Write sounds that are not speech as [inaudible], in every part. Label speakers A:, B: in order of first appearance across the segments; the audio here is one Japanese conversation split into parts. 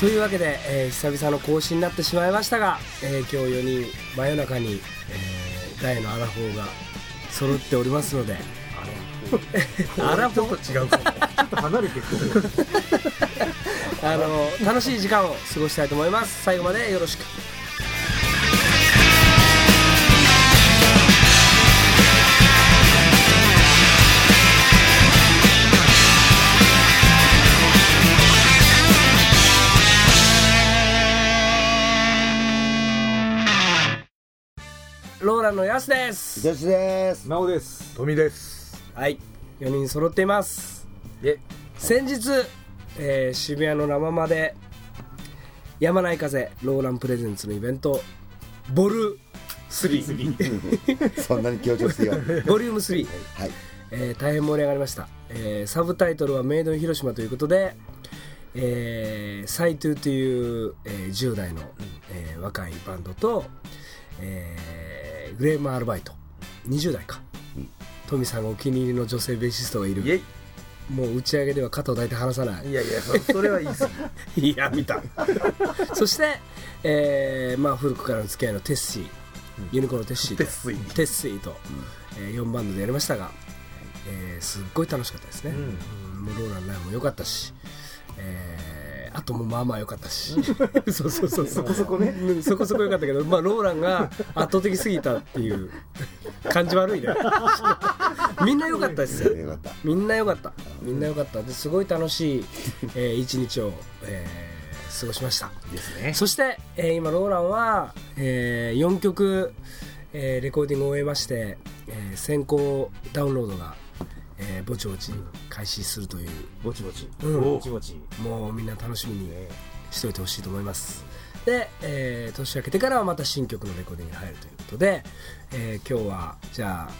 A: というわけで、えー久々の更新になってしまいましたが、えー今日4人真夜中に、えー、大のアラフォーが揃っておりますので [laughs] アラフォー
B: ちょっと違うかもちょっと離れていくと思う
A: [laughs] あの楽しい時間を過ごしたいと思います最後までよろしくローランのやすです
C: 女子です
B: なおです
C: 富です
A: はい4人揃っています
B: え
A: 先日、えー渋谷の生までやまない風ローランプレゼンツのイベントボル3
C: そんなに強調していいわは
A: [laughs] ボリューム3、
C: い
A: えー大変盛り上がりました、えーサブタイトルは「メイドイン広島」ということで、えー、サイトゥという、えー10代の、えー若いバンドと、えーグレームアルバイト20代か、トミさんがお気に入りの女性ベーシストがい
B: いえ
A: るもう打ち上げでは肩を抱いて離さない
B: いやいやそそれはいいっすね
A: [laughs] いや見たそして、えーまあ、古くからの付き合いのテッシー、ユニコーンのテッシーと
B: テッシー
A: テッシーと、え4バンドでやりましたが、えーすっごい楽しかったですね、うんもうローランライブも良かったし、えーあともまあまあ良かったし [laughs] そうそうそうそ
B: こそこね
A: うんそこそこ良かったけど、まあ、ローランが圧倒的すぎたっていう感
B: [laughs]
A: じ悪いねみんな良かったですよ
C: よかった
A: みんな良かったみんな良かったですごい楽しい、
B: [laughs]
A: えー一日を、えー過ごしました
B: ですね
A: そして、えー今ローランは、え4曲、えーレコーディングを終えまして、えー先行ダウンロードが、えーぼちぼち開始するという
B: [laughs] ぼちぼち
A: うん
B: ぼちぼち
A: もうみんな楽しみにしといてほしいと思いますで、えー年明けてからはまた新曲のレコーディングに入るということで、えー今日はじゃあ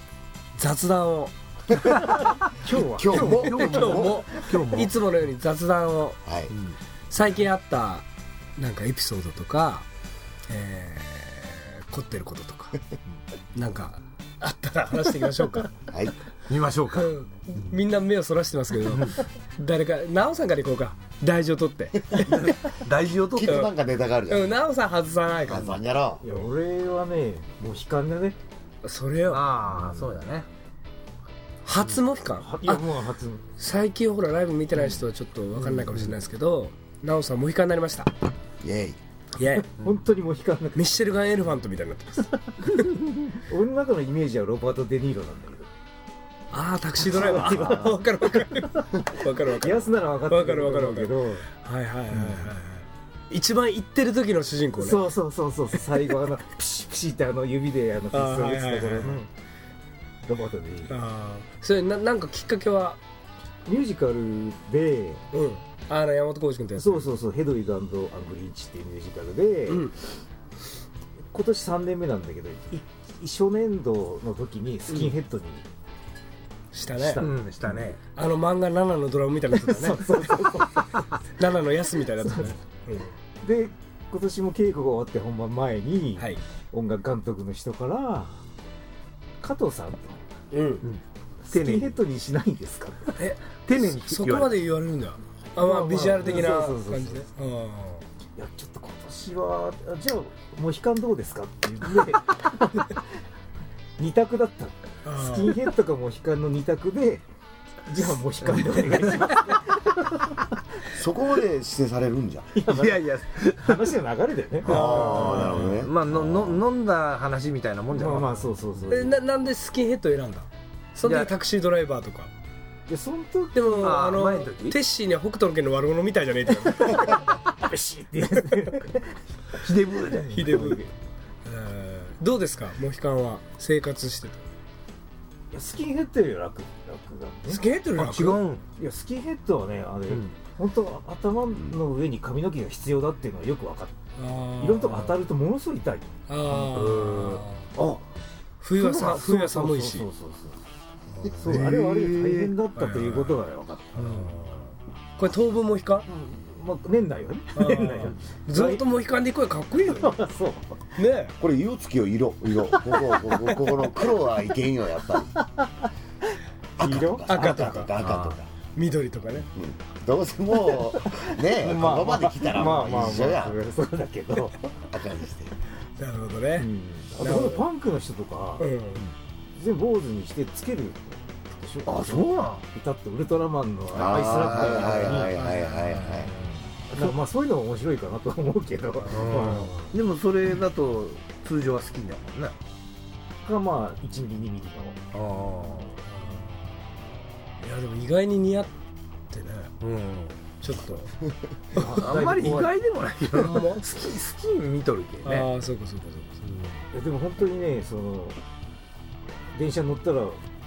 A: 雑談を
B: 今日は
C: 今日
B: [laughs]
C: も
B: 今日も今日も
A: いつものように雑談を
C: はい
A: 最近あったなんかエピソードとか、えー凝ってることと [laughs] かなんかあったら話していきましょうか
C: はい
B: 見ましょうか
A: うんみんな目をそらしてますけど誰か奈緒さんからいこうか大事を取って
B: 大事を取
C: きっ
B: って
C: となんかネタがあるじゃん
A: うん奈緒さん外さないか
C: 母さんやろ
B: いや俺はねもう悲観だね
A: らそれよ
D: ああそうだね
A: 初モヒカン
B: はいや
A: あ
B: もう初
A: 最近ほらライブ見てない人はちょっと分かんないかもしれないですけど奈緒さんモヒカンになりました
C: イエイ
A: イ [laughs] ェイ
B: 本当にもう悲観なく
A: ミッシェルガン・エレファントみたいになってます
B: 俺の中のイメージはロバート・デ・ニーロなんだけ
A: ああタクシードライバーあーわかるわかるわかるわか
B: ど
A: る
B: 安なら分かってると思うけど
A: はいはいはいはい、はい一番行ってる時の主人公ね
B: そうそうそうそう最後あの [laughs] ピシピシってあの指であのピストル打つところ
A: あーはいはいはいは
B: のロバート・デ・ニーロ
A: あーそれななんかきっかけは
B: ミュージカルで
A: うんあの山本浩二君とやつ
B: そうそうそう「ヘドウィグアンドグリーチ」っていうミュージカルで、
A: うん
B: 今年3年目なんだけどい初年度の時にスキンヘッドに、
A: したね
B: した
D: うんしたね
A: あの漫画「ナナのドラム」みたいなやつだね
B: そうそうそう
A: 「ナナのヤス」みたいなやつだね
B: で今年も稽古が終わって本番前
A: う
B: に、
A: んはい
B: 音楽監督の人から「加藤さんと
A: うん
B: スキンヘッドにしないんですか?」
A: え
D: 丁寧に
A: そ
D: 言
A: こま
D: われ
A: で言われるんだあま
B: まあ
A: あ
B: まあ
A: ビジュアル的な
B: そうそうそう
A: 感じね
B: いやちょっと今年はあじゃあモヒカンどうですかって言って二択だったの
A: あ
B: ス
A: ー
B: キンヘッドかモヒカンの二択でじゃあモヒカンでお願いします
C: そこまで指定されるんじゃん
A: [laughs]
D: いやいや
B: 話の流れだよね
C: ああなるほどね
D: まあのの飲んだ話みたいなもんじゃ
B: まあ
D: な
B: ま
D: い
B: あそうそうそう
A: えななんでスキンヘッド選んだそん
D: い
A: な
D: や
A: タクシードライバーとか
B: でその時
A: でも
D: あー
A: あの
D: 前の
A: テ
D: 時
A: ッシーには北斗の拳の悪者みたいじゃねえって言われた
B: ペシってやつで
D: ひでぶで
A: ひでぶうんどうですかモヒカンは生活してて
B: いやスキンヘッドより楽楽だね
A: スキンヘッドより
D: あ
A: 楽
D: 違うん
B: いやスキンヘッドはねあれ、
D: うん
B: 本当頭の上に髪の毛が必要だっていうのはよく分かる
A: あー
B: いろんなとこ当たるとものすごい痛い
A: あー
D: うん
B: あ
A: 冬はさ冬は寒いし
B: そうそうそうそうそうあれはあれで大変だったということが分かった、
A: これ当分モヒカン
B: まあ、年内はね
A: あー
B: 年内は
A: ずっとモヒカンで行こうよかっこいいよね
B: あそう
A: え
C: これ色つきよ色色ここここここの黒はいけんよやっぱり赤とか
B: 色
C: 赤と
D: 赤と
C: か赤とか
A: 緑とかね
C: どうせもうねえここまで来たら
B: [laughs] ま
C: も
B: あ
C: う
B: まあ
C: 一緒
B: ま
C: や
B: あそうだけど、
C: 赤にして
A: なるほどね、
B: あとこのパンクの人とか
A: うん
B: 全部坊主にしてつけるでしょ
C: あそう
B: なんだってウルトラマンの
C: あ
B: アイスラッターみたいに
C: はいはいはいはい
B: なまあそういうのも面白いかなと思うけど、う
D: でもそれだと通常は好きだもんね
B: ん、がまあ1ミリ2ミリの
D: ああ
A: いやでも意外に似合ってね
D: うん
A: ちょっと
D: [laughs] あんまり意外でもないよ
A: ほんま
D: 好き好き見とるけどね
A: ああそうかそうかそうか
B: いやでも本当にねその電車に乗ったら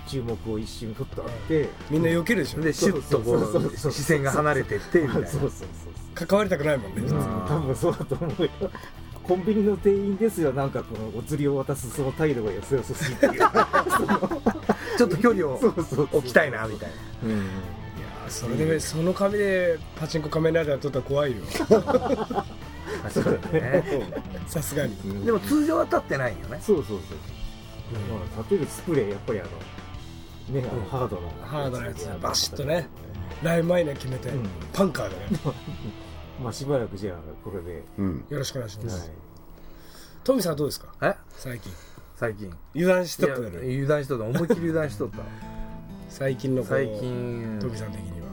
B: 注目を一瞬取ってあって
A: みんな避けるでしょ
D: でシュッと
B: そ
D: こ
B: うそうそうそう
D: う視線が離れてってみたい
B: [laughs]
D: な
B: そうそうそう
A: 関わりたくないもんね
B: そう、
A: 普
B: うん
A: 通に
B: 多分そうだと思うよコンビニの店員ですよなんかこのお釣りを渡すその態度がよそよそしいっていう
D: ちょっと距離を
B: そうそうそう
D: 置きたいなみたい
B: うん
A: いやーそれでその髪でパチンコ仮面ライダー撮ったら怖いよ
D: なそうだね
A: さすがに
D: でも通常は立ってないよね
B: そうそうそう、まあ、立てるスプレーやっぱりあのねあのハードの
A: ハードなやつだバシッとねラインマイナー決めて、
B: うん
A: パンカーでね
B: まあしばらくじゃあこれで、
C: うん
A: よろしくお願いしま
B: は
A: す
B: い
A: トミさんどうですか
D: え
A: 最近
D: 最近
A: 油断しとった
D: いや
A: ね
D: 油断しとった思いっきり油断し [laughs] とった
A: 最近のこう
D: 最近
A: トミさん的には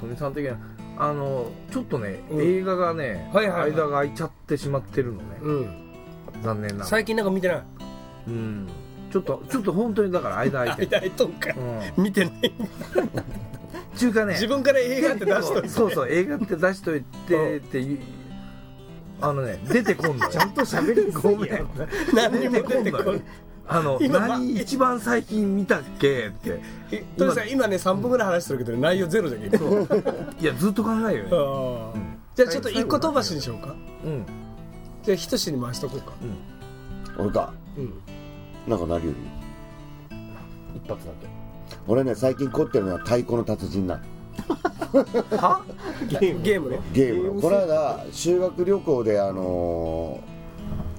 D: 富さん的にはあのちょっとね、
A: うん
D: 映画がね、
A: はいはいはい
D: 間が空いちゃってしまってるのね、
A: うん
D: 残念ながら
A: 最近なんか見てない
D: うんちょっとちょっと本当にだから間空いてる
A: 間空いとんかい
D: うん
A: 見てない
D: 中華ね
A: 自分から映画って出しといて
D: [laughs] そうそう映画って出しといてっていうあのね出てこんのよ
B: [laughs] ちゃんと喋り
D: ごめん
A: 何にも出て
D: 出てこ
A: こな
D: んの
A: い
D: よあの
A: 今
D: 何一番最近見たっけって
A: えトミさん今ね3分ぐらい話してるけど内容ゼロじゃけん
D: そういやずっと考えるよね
A: あー [laughs] じゃあちょっと一個飛ばしにしようか
D: うん
A: じゃあひとしに回しとこうか
C: 俺か
A: うん
C: なんかなるより
B: 一発だけ
C: 俺ね最近凝ってるのは太鼓の達人なの
D: は
B: ゲーム
A: ゲームね
C: ゲーム
B: ゲー
C: の
B: ム
C: この間修学旅行であのー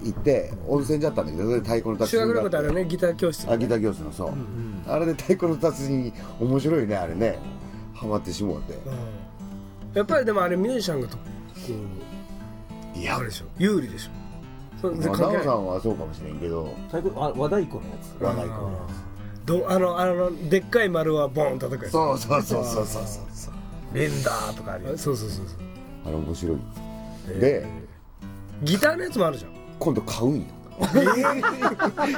C: 行って温泉じゃったんだけどそれで太鼓の達
A: 修
C: 人が
A: 学旅行ってあれねギター教室
C: あギター教室のそう、
D: うん
C: あれで太鼓の達人面白いねあれねハマってしもうて
A: うんやっぱりでもあれミュージシャンがと
C: い
A: あ
C: や
A: れでしょ有利でしょそう
C: まあ
A: 関係
C: 奈緒
A: ない
C: さんはそうかもしれんけど
B: 最後あ和太鼓のやつ
C: 和太鼓のや
A: どあのあのでっかい丸はボーン叩くやつ
C: つそうそうそうそうそうそうそう
D: レンダーとかあるよ
A: あそうそうそうそう
C: あれ面白いで
A: ギターのやつもあるじゃん
C: 今度買うんよ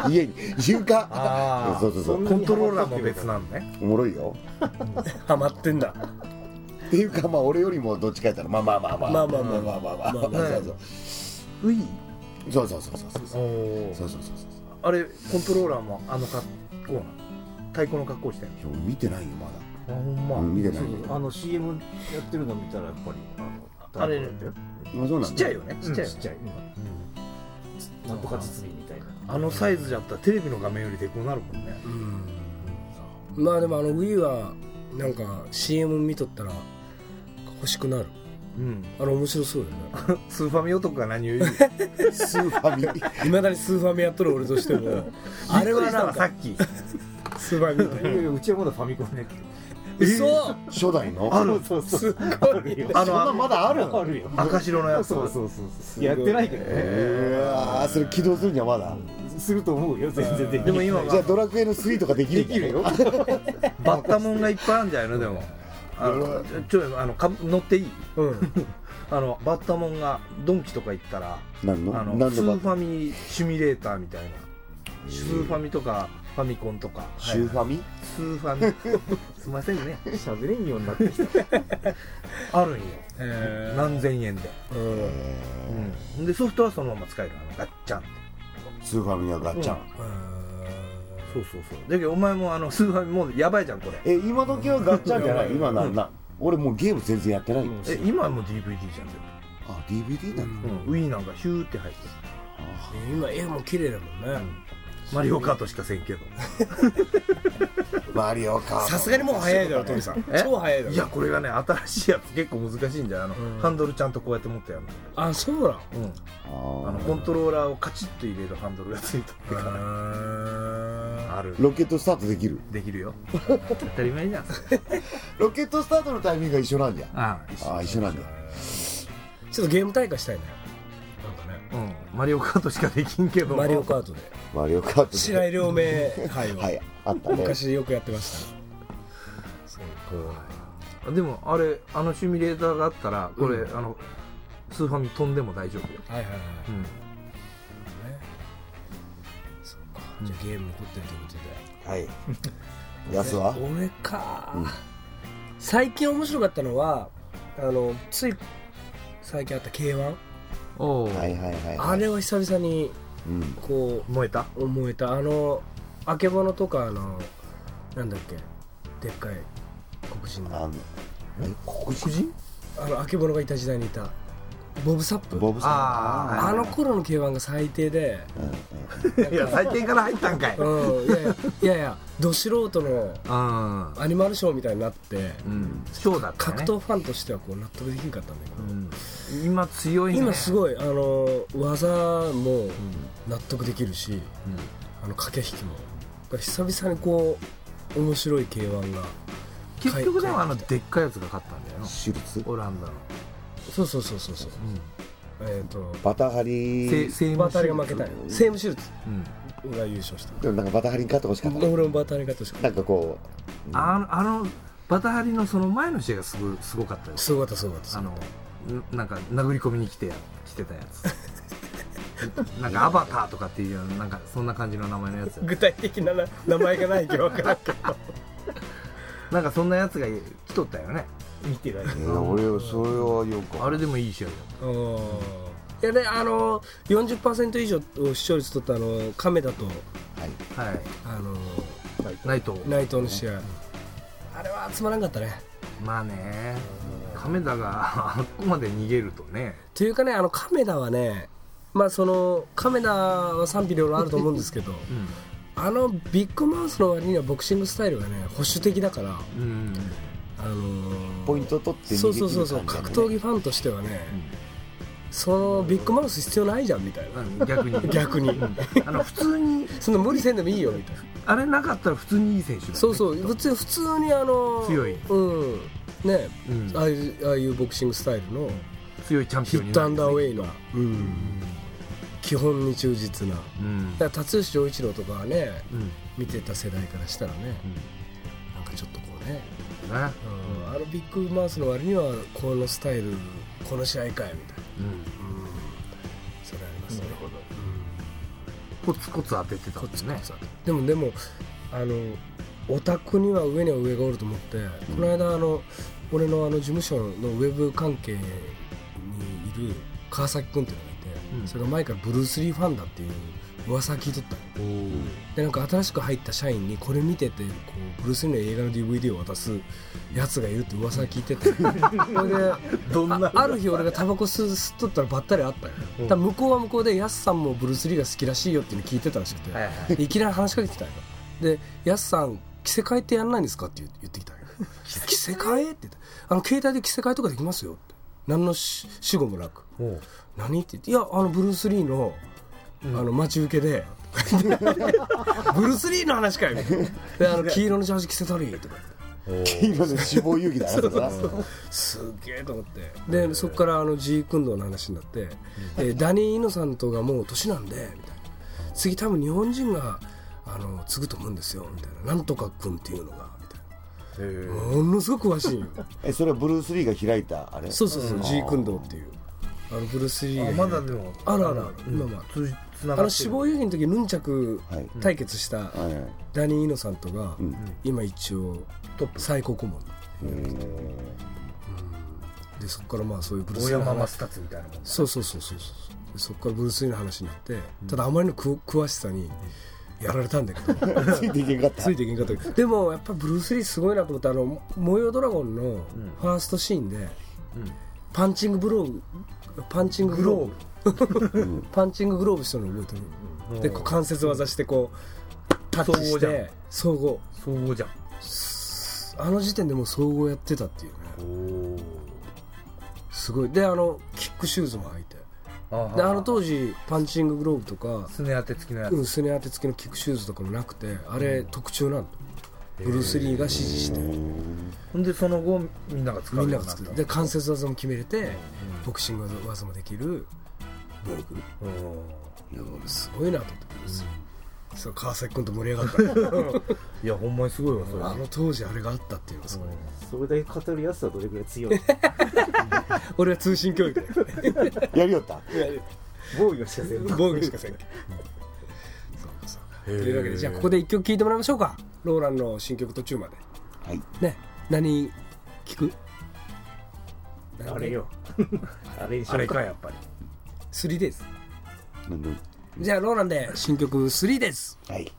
C: 家に床
D: あ
C: そうそうそ
B: そん
C: う
B: な
D: コントローラーも別なのね
C: おもろいよ
A: ハマってんだ [laughs]
C: っていうかまあ俺よりもどっちかやったらまあまあまあまあ
A: まあまあまあ
C: まあまあまあまあ
A: まあまあ
D: うい
C: そうそうそうそうそうそう
D: お
C: そうそうそうそう
D: あれコントローラーもあの格好なの太鼓の格好してる
C: いや俺見てないよま
D: あほん
C: だ、
D: ま、
C: うん見てない
B: そ
C: よ
B: うそうあの CM やってるの見たらやっぱりあの
D: あれね
B: 太鼓だっ
C: まあそうなんだ
D: ちっちゃいよねちっ
B: た
D: ちゃい
B: よ
D: よ
B: ちっ
D: ね、
B: ちゃい、うんなんとか実技みたいな
D: あのサイズじゃったらテレビの画面よりでこうなるもんね
A: まあでもあの Wii はなんか CM 見とったら欲しくなる
D: うん
A: あれ面白そうだよ [laughs] ね
D: スーファミ男が何を言 [laughs] う
C: スーファミ
A: いまだにスーファミやっとる俺として [laughs] もあれはなん
D: さ
A: か
D: っき
A: スーファミみたい
B: いやいやうちはまだファミコンだけど
A: [laughs] 嘘
C: 初代の
B: あるそうそう
A: す
B: そう
A: ご
B: あ
A: い
B: るよ
C: あのそんなまだある
B: あるよ
D: 赤白のやつ
B: そうそうそうそうやってないけどね、
C: ええああそれ起動するにはまだ
B: すると思うよ全然でき
D: でも
B: る
D: 今
C: じゃあ
D: は
C: ドラクエの3とかできる
B: できる
C: よ
B: よ
D: バッタモンがいっぱいあるんじゃないのでもあのちょちょあのか乗っていい
A: うん
D: あのバッタモンがドンキとか行ったら
C: 何の
D: あ
C: 何
D: のス
C: の
D: ー
C: バ
D: ファミシミュレーターみたいなスーファミとかファミコンとか
C: シューファミ
D: スーファ [laughs] ミすいませんね
B: 喋れんようになってきた
D: あるんよ
A: え
D: 何千円で、
A: ーうん
D: うん、でソフトはそのまま使えるあのガッチャンって
C: スーファミはガッチャン
D: そうそうそうだけどお前もあのスーファミもうやばいじゃんこれ
C: え今時はガッチャンじゃない今なんなん俺もうゲーム全然やってないよ
D: え今はもう DVD じゃん全
C: あ DVD な
A: うん
C: だ
D: 部、うん、Wii なんかヒューって入ってる
A: 今絵も綺麗だもんね
D: マリオカートしかせんけど
C: マリオカート
A: さすがにもう早いだろトミさん
D: え
A: 超早いだろ
D: いやこれがね新しいやつ結構難しいんじゃないあの、
A: うん
D: ハンドルちゃんとこうやって持ってやる
A: あそうだ
D: の,、うん、
C: あ
D: あの
C: ー
D: コントローラーをカチッと入れるハンドルがついてるから
A: あ
D: ある
C: ロケットスタートできる
D: できるよ当たり前じゃん
C: ロケットスタートのタイミングが一緒なんじゃ
D: あ
C: ああ一緒なんだ
A: ーちょっとゲーム大会したいねなんかね
D: うんマリオカートしかできんけど
A: マリオカートで
C: マリオカートで
A: 白井亮明会を
C: [laughs] はいあったね
A: 昔よくやってましたそうこ
D: でもあれあのシミュレーターがあったらこれ、あのスーファミ飛んでも大丈夫よ、
A: うはいはいはい
D: うん、
A: ねそっかじゃあゲーム残ってるってことで
C: はい安は
A: 俺か、
C: うん
A: 最近面白かったのはあのつい最近あった k 1、
D: おお、
C: はいはいはい
A: あ
C: はい
A: れを久々に
C: うん
A: こ
D: 燃えた
A: う思えたあのあけぼのとかあのなんだっけでっかい黒人
C: あ
A: の
C: のえ黒人
D: 黒人
A: あのあけぼのがいた時代にいたボブ・サップ
C: ボブさん
D: あー
A: あの頃の k 1が最低で、
D: いや採点から入ったんかい
A: うん、いやいやいやいやど素人の
D: ああ
A: アニマルショーみたいになって
D: うんそうだったね
A: 格闘ファンとしてはこう納得できなかったんだけど、
D: うん今強いね
A: 今す
D: い、
A: ごいあの技も
D: うん
A: 納得できるし
D: うん
A: あの駆け引きもだから久々にこう面白い k 1が
D: 結局でも
A: は
D: あ
A: い
D: のでっかいやつが勝ったんだよな
C: 手術
D: オランダの、
A: そうそうそうそうそうえっ、と
C: バタハリ
D: せセイム
A: バータリが負けたよセームシュー
D: うん、
A: ズが優勝し
C: でもなんかバタハリに勝ってほしかった
A: た
C: な
A: 俺もバータリが勝ってほしか
C: な
A: っ
C: んかこう
D: あのあのバタハリのその前の試合がすごいすごかったよ
A: たすごかったすごかった
D: あのんなんか殴り込みに来てや来てたや
A: [laughs]
D: つなんかアバターとかっていうようななんかそんな感じの名前のやつ
A: 具体的なな名前がないけど分からんけど
D: なんかそんなやつが来とったよね
B: 見てない
C: えー俺はそれはよく
D: あれでもいい試合だ
A: [laughs]
D: よ
A: うんいやねあの40%以上を視聴率取ったあの亀田と
C: はい
D: はい
A: あの
D: ナイト
A: 内藤の試合あれはつまらんかったね
D: まあね亀田があっこまで逃げるとね
A: というかねあの亀田はねまあその亀田は賛否両論あると思うんです [laughs] けど
D: う
A: あのビッグマウスの割にはボクシングスタイルがね保守的だから
D: んうん
A: あのー
C: ポイント取って逃
A: そう
C: げ
A: そう
C: 切
A: そう
C: る
A: そう
C: 感
A: 格
C: じ
A: 闘
C: だね
A: 技ファンとしてはね、そのビッグマウス必要ないじゃんみたいな
D: うん逆
A: [laughs]
D: に
A: 逆に
D: うんあの普通に
A: その無理せんでもいいよみたいな
D: あれなかったら普通にいい選手だよね
A: そうそう普通普通にあのー
D: 強い
A: うんね
D: うん
A: ああいうああいうボクシングスタイルの
D: 強いチャンピ
A: ヒ
D: オン
A: ッ
D: に
A: ト
D: な
A: ア
D: る
A: ンダーウェイの、うん、基本に忠実な
D: う
A: だ
D: ん
A: から辰吉丈一郎とかはね
D: うん
A: 見てた世代からしたらね
D: う
A: なんかちょっとこうね、
D: んな
A: うん、あのビッグマウスの割にはこのスタイルこの試合かいみたいな、
D: う
A: う
D: ん
A: ん、それありますね、
D: コツコツ当ててた
A: こ
D: も
A: っ
D: ん
A: ち
D: ね
A: かさでもでもあのオタクには上には上がおると思って、この間あの俺のあの事務所のウェブ関係にいる川崎君っていうのがいて、
D: うん
A: それが前からブルース・リーファンだっていう噂聞いとったの
D: おお
A: でなんか新しく入った社員にこれ見ててこうブルース・リーの映画の DVD を渡すやつがいるって噂聞い
D: [laughs]
A: ててそれで
D: どんな
A: あある日俺がタバコ吸う吸っとったらばったり会ったよ、だから向こうは向こうでヤスさんもブルース・リーが好きらしいよっていうの聞いてたらしくて、
D: はいはい
A: でいきなり話しかけてきたんよで「やすさん着せ替えってやんないんですか?」って言う言ってきた
D: [laughs]
A: んよ着せ替えって言って「あの携帯で着せ替えとかできますよ」って何のし主語もなく
D: おう
A: 「何?」って言って「いやあのブルース・リーの,、あの待ち受け
D: [laughs]
A: でブルース・リーの話かよ」みたいなであの黄色のジャージ着せたり」とか言って
C: 金色の死亡遊戯だなそれな
A: すっげえと思ってでそこからあの G 君堂の話になって、でダニー・イノさんとがもう年なんでみたいな次多分日本人があの継ぐと思うんですよみたいななんとか君っていうのがみたいな。
D: へえ
A: ものすごく詳しい [laughs] よ
C: [laughs] えそれはブルース・リーが開いたあれ
A: そうそうそう G 君堂っていうあのブルース・リーが
D: あまだでも
A: あるあるある
D: うん
A: 今もある
D: つつな
A: あ
D: が
A: の
D: って
A: 死
D: る
A: 亡遊戯の時ヌンチャク
C: はい
A: 対決した
C: はいはい
A: ダニー・イノさんとが今一応
D: トップ
A: 最高顧問でそこからまあそういうブルース・
D: 大
A: リーの
D: 山マ
A: 話
D: スタツみたいなもんだ
A: そうそうそうそうそうでそこからブルース・リーの話になってただあまりのく詳しさにやられたんだけど
C: [laughs] ついていけんかった
A: [laughs] ついていけんかったけど [laughs] でもやっぱブルース・リーすごいなと思ってあの「模様ドラゴン」のファーストシーンでパン [laughs] チングブローブパンチンググローブパンチンググローブしたの覚えてるでこう関節技してこうタッチして総合
D: そうじゃん
A: あの時点でもう総合やってたっていうね
D: お
A: すごいであのキックシューズも履いて
D: お
A: であの当時パンチンググローブとか
D: すね当て付きのやつ、
A: うんすね当て付きのキックシューズとかもなくてあれ特注なんだブルース・リーが指示して
D: ほんでその後みんなが使うよ
A: み
D: う
A: な
D: んにな
A: が
D: った
A: 作るで関節技も決めれてボクシング技もできる能力
D: う
A: すごいなと思ってブルース・リーそう川崎君と盛り上が [laughs] った
D: んいやほんまにすごいわそれ
A: あの当時あれがあったっていうのがすごい
B: それだけ語るやつはどれぐらい [laughs] 強いの
A: 俺は通信教育で
C: やりよった
B: 防御しかせん
A: 防具しかせんけどそうかそうかというわけでじゃあここで一曲聴いてもらいましょうかローランの新曲途中まで
C: はい
A: ね何聞く
B: あれよあれにし
D: あ
B: よ
D: れ
B: う
D: かやっぱり
A: 3days
C: なんで
A: じゃあローランで新曲 3days
C: はい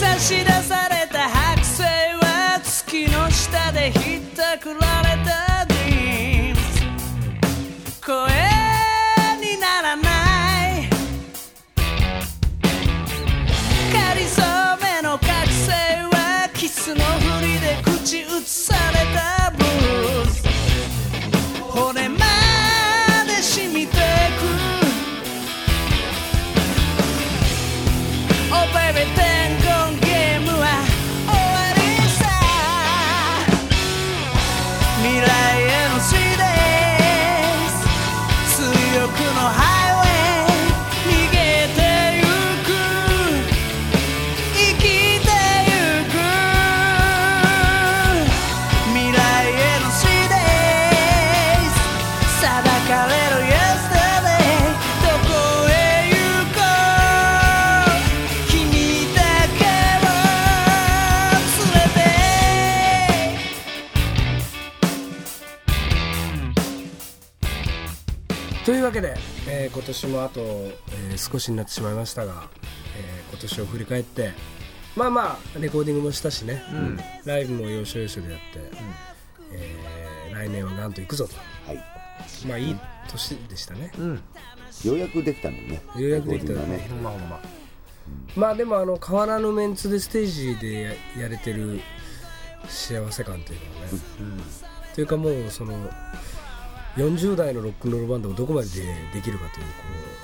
E: 差し出された剥製は月の下でひったくられたディーンズ声にならないかりそめの覚醒はキスのふりで口移されたブルース骨まで染みてく Oh baby 天空ゲームは終わりさ未来への 3days 水力のハイウェイ逃げてゆく生きてゆく未来への 3days さばかれる yesterday どこへ行こう君だけを連れて
A: というわけで、えー今年もあと、えー少しになってしまいましたが、えー今年を振り返ってまあまあレコーディングもしたしね、ライブも要所要所でやって、えー来年はなんと行くぞと
C: はい
A: まあいい年でしたね、
D: うん
C: ようやくできたのね
A: ようやくできた
C: レコーディングが
A: ね
C: ね
D: ほんまほんま
A: まあでもあの変わらぬメンツでステージでややれてる幸せ感というのはね、というかもうその40代のロックンロールバンドをどこまでできるかというこ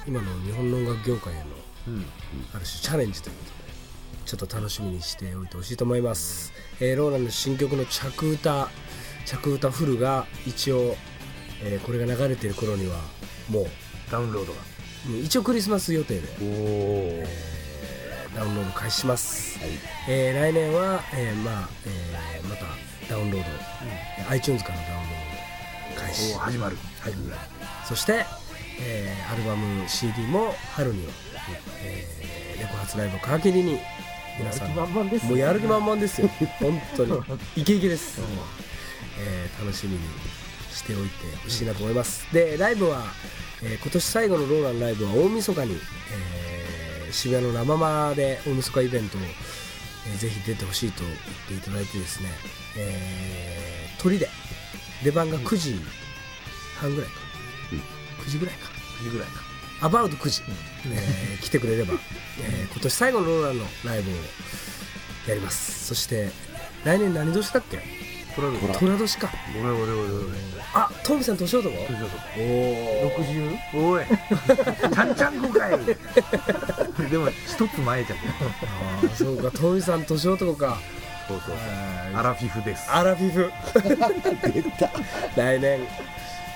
A: う今の日本の音楽業界への
D: うん
A: ある種チャレンジということでちょっと楽しみにしておいてほしいと思います、えーローランの新曲の着歌着歌フルが一応、えーこれが流れてる頃にはもう
D: ダウンロードが
A: もう一応クリスマス予定で
D: おお
A: ダウンロード開始します、
C: はい
A: えー来年は、えーまあえーまたダウンロード、えー iTunes からのダウンロード開始、
D: 始まる
A: はい、そして、えーアルバム CD も春には、えーレコ発売を皮切りに皆さん
B: やる気満々ですね
A: もうやる気満々で
B: [laughs]
A: すよ本当にイケイケです、えー楽しみにしておいてほしいなと思います、でライブは、えー今年最後のローランライブは大晦日に、えー渋谷のラママで大晦日イベントを、えーぜひ出てほしいと言っていただいてですね、えー、鳥で出番が9時半ぐらいか、9時ぐらいか
D: いいぐらいか
A: アバウト9時、えー来てくれれば、えー今年最後のローランのライブをやりますそして来年何年だっけ
D: トラブル
A: 虎年か
D: ごめんごめんごめんごめん
A: あトミさん年男
D: おいちゃんちゃんこかいでも一つ前じゃん
A: ああそうかトミさん年男か
D: そうそうアラフィフです
A: アラフィフ
C: 出た
A: [laughs] 来年、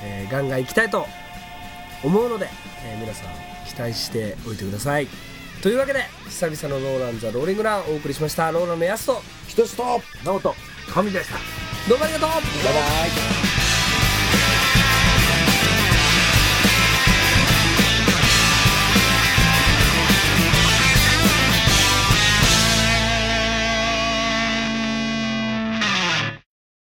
A: えーガンガン行きたいと思うので、えー皆さん期待しておいてくださいというわけで久々のローランザローリングランお送りしましたローランのやすと
C: ひとしと
D: 直人神でした
A: どうもありがとう
C: バイバイ
E: 「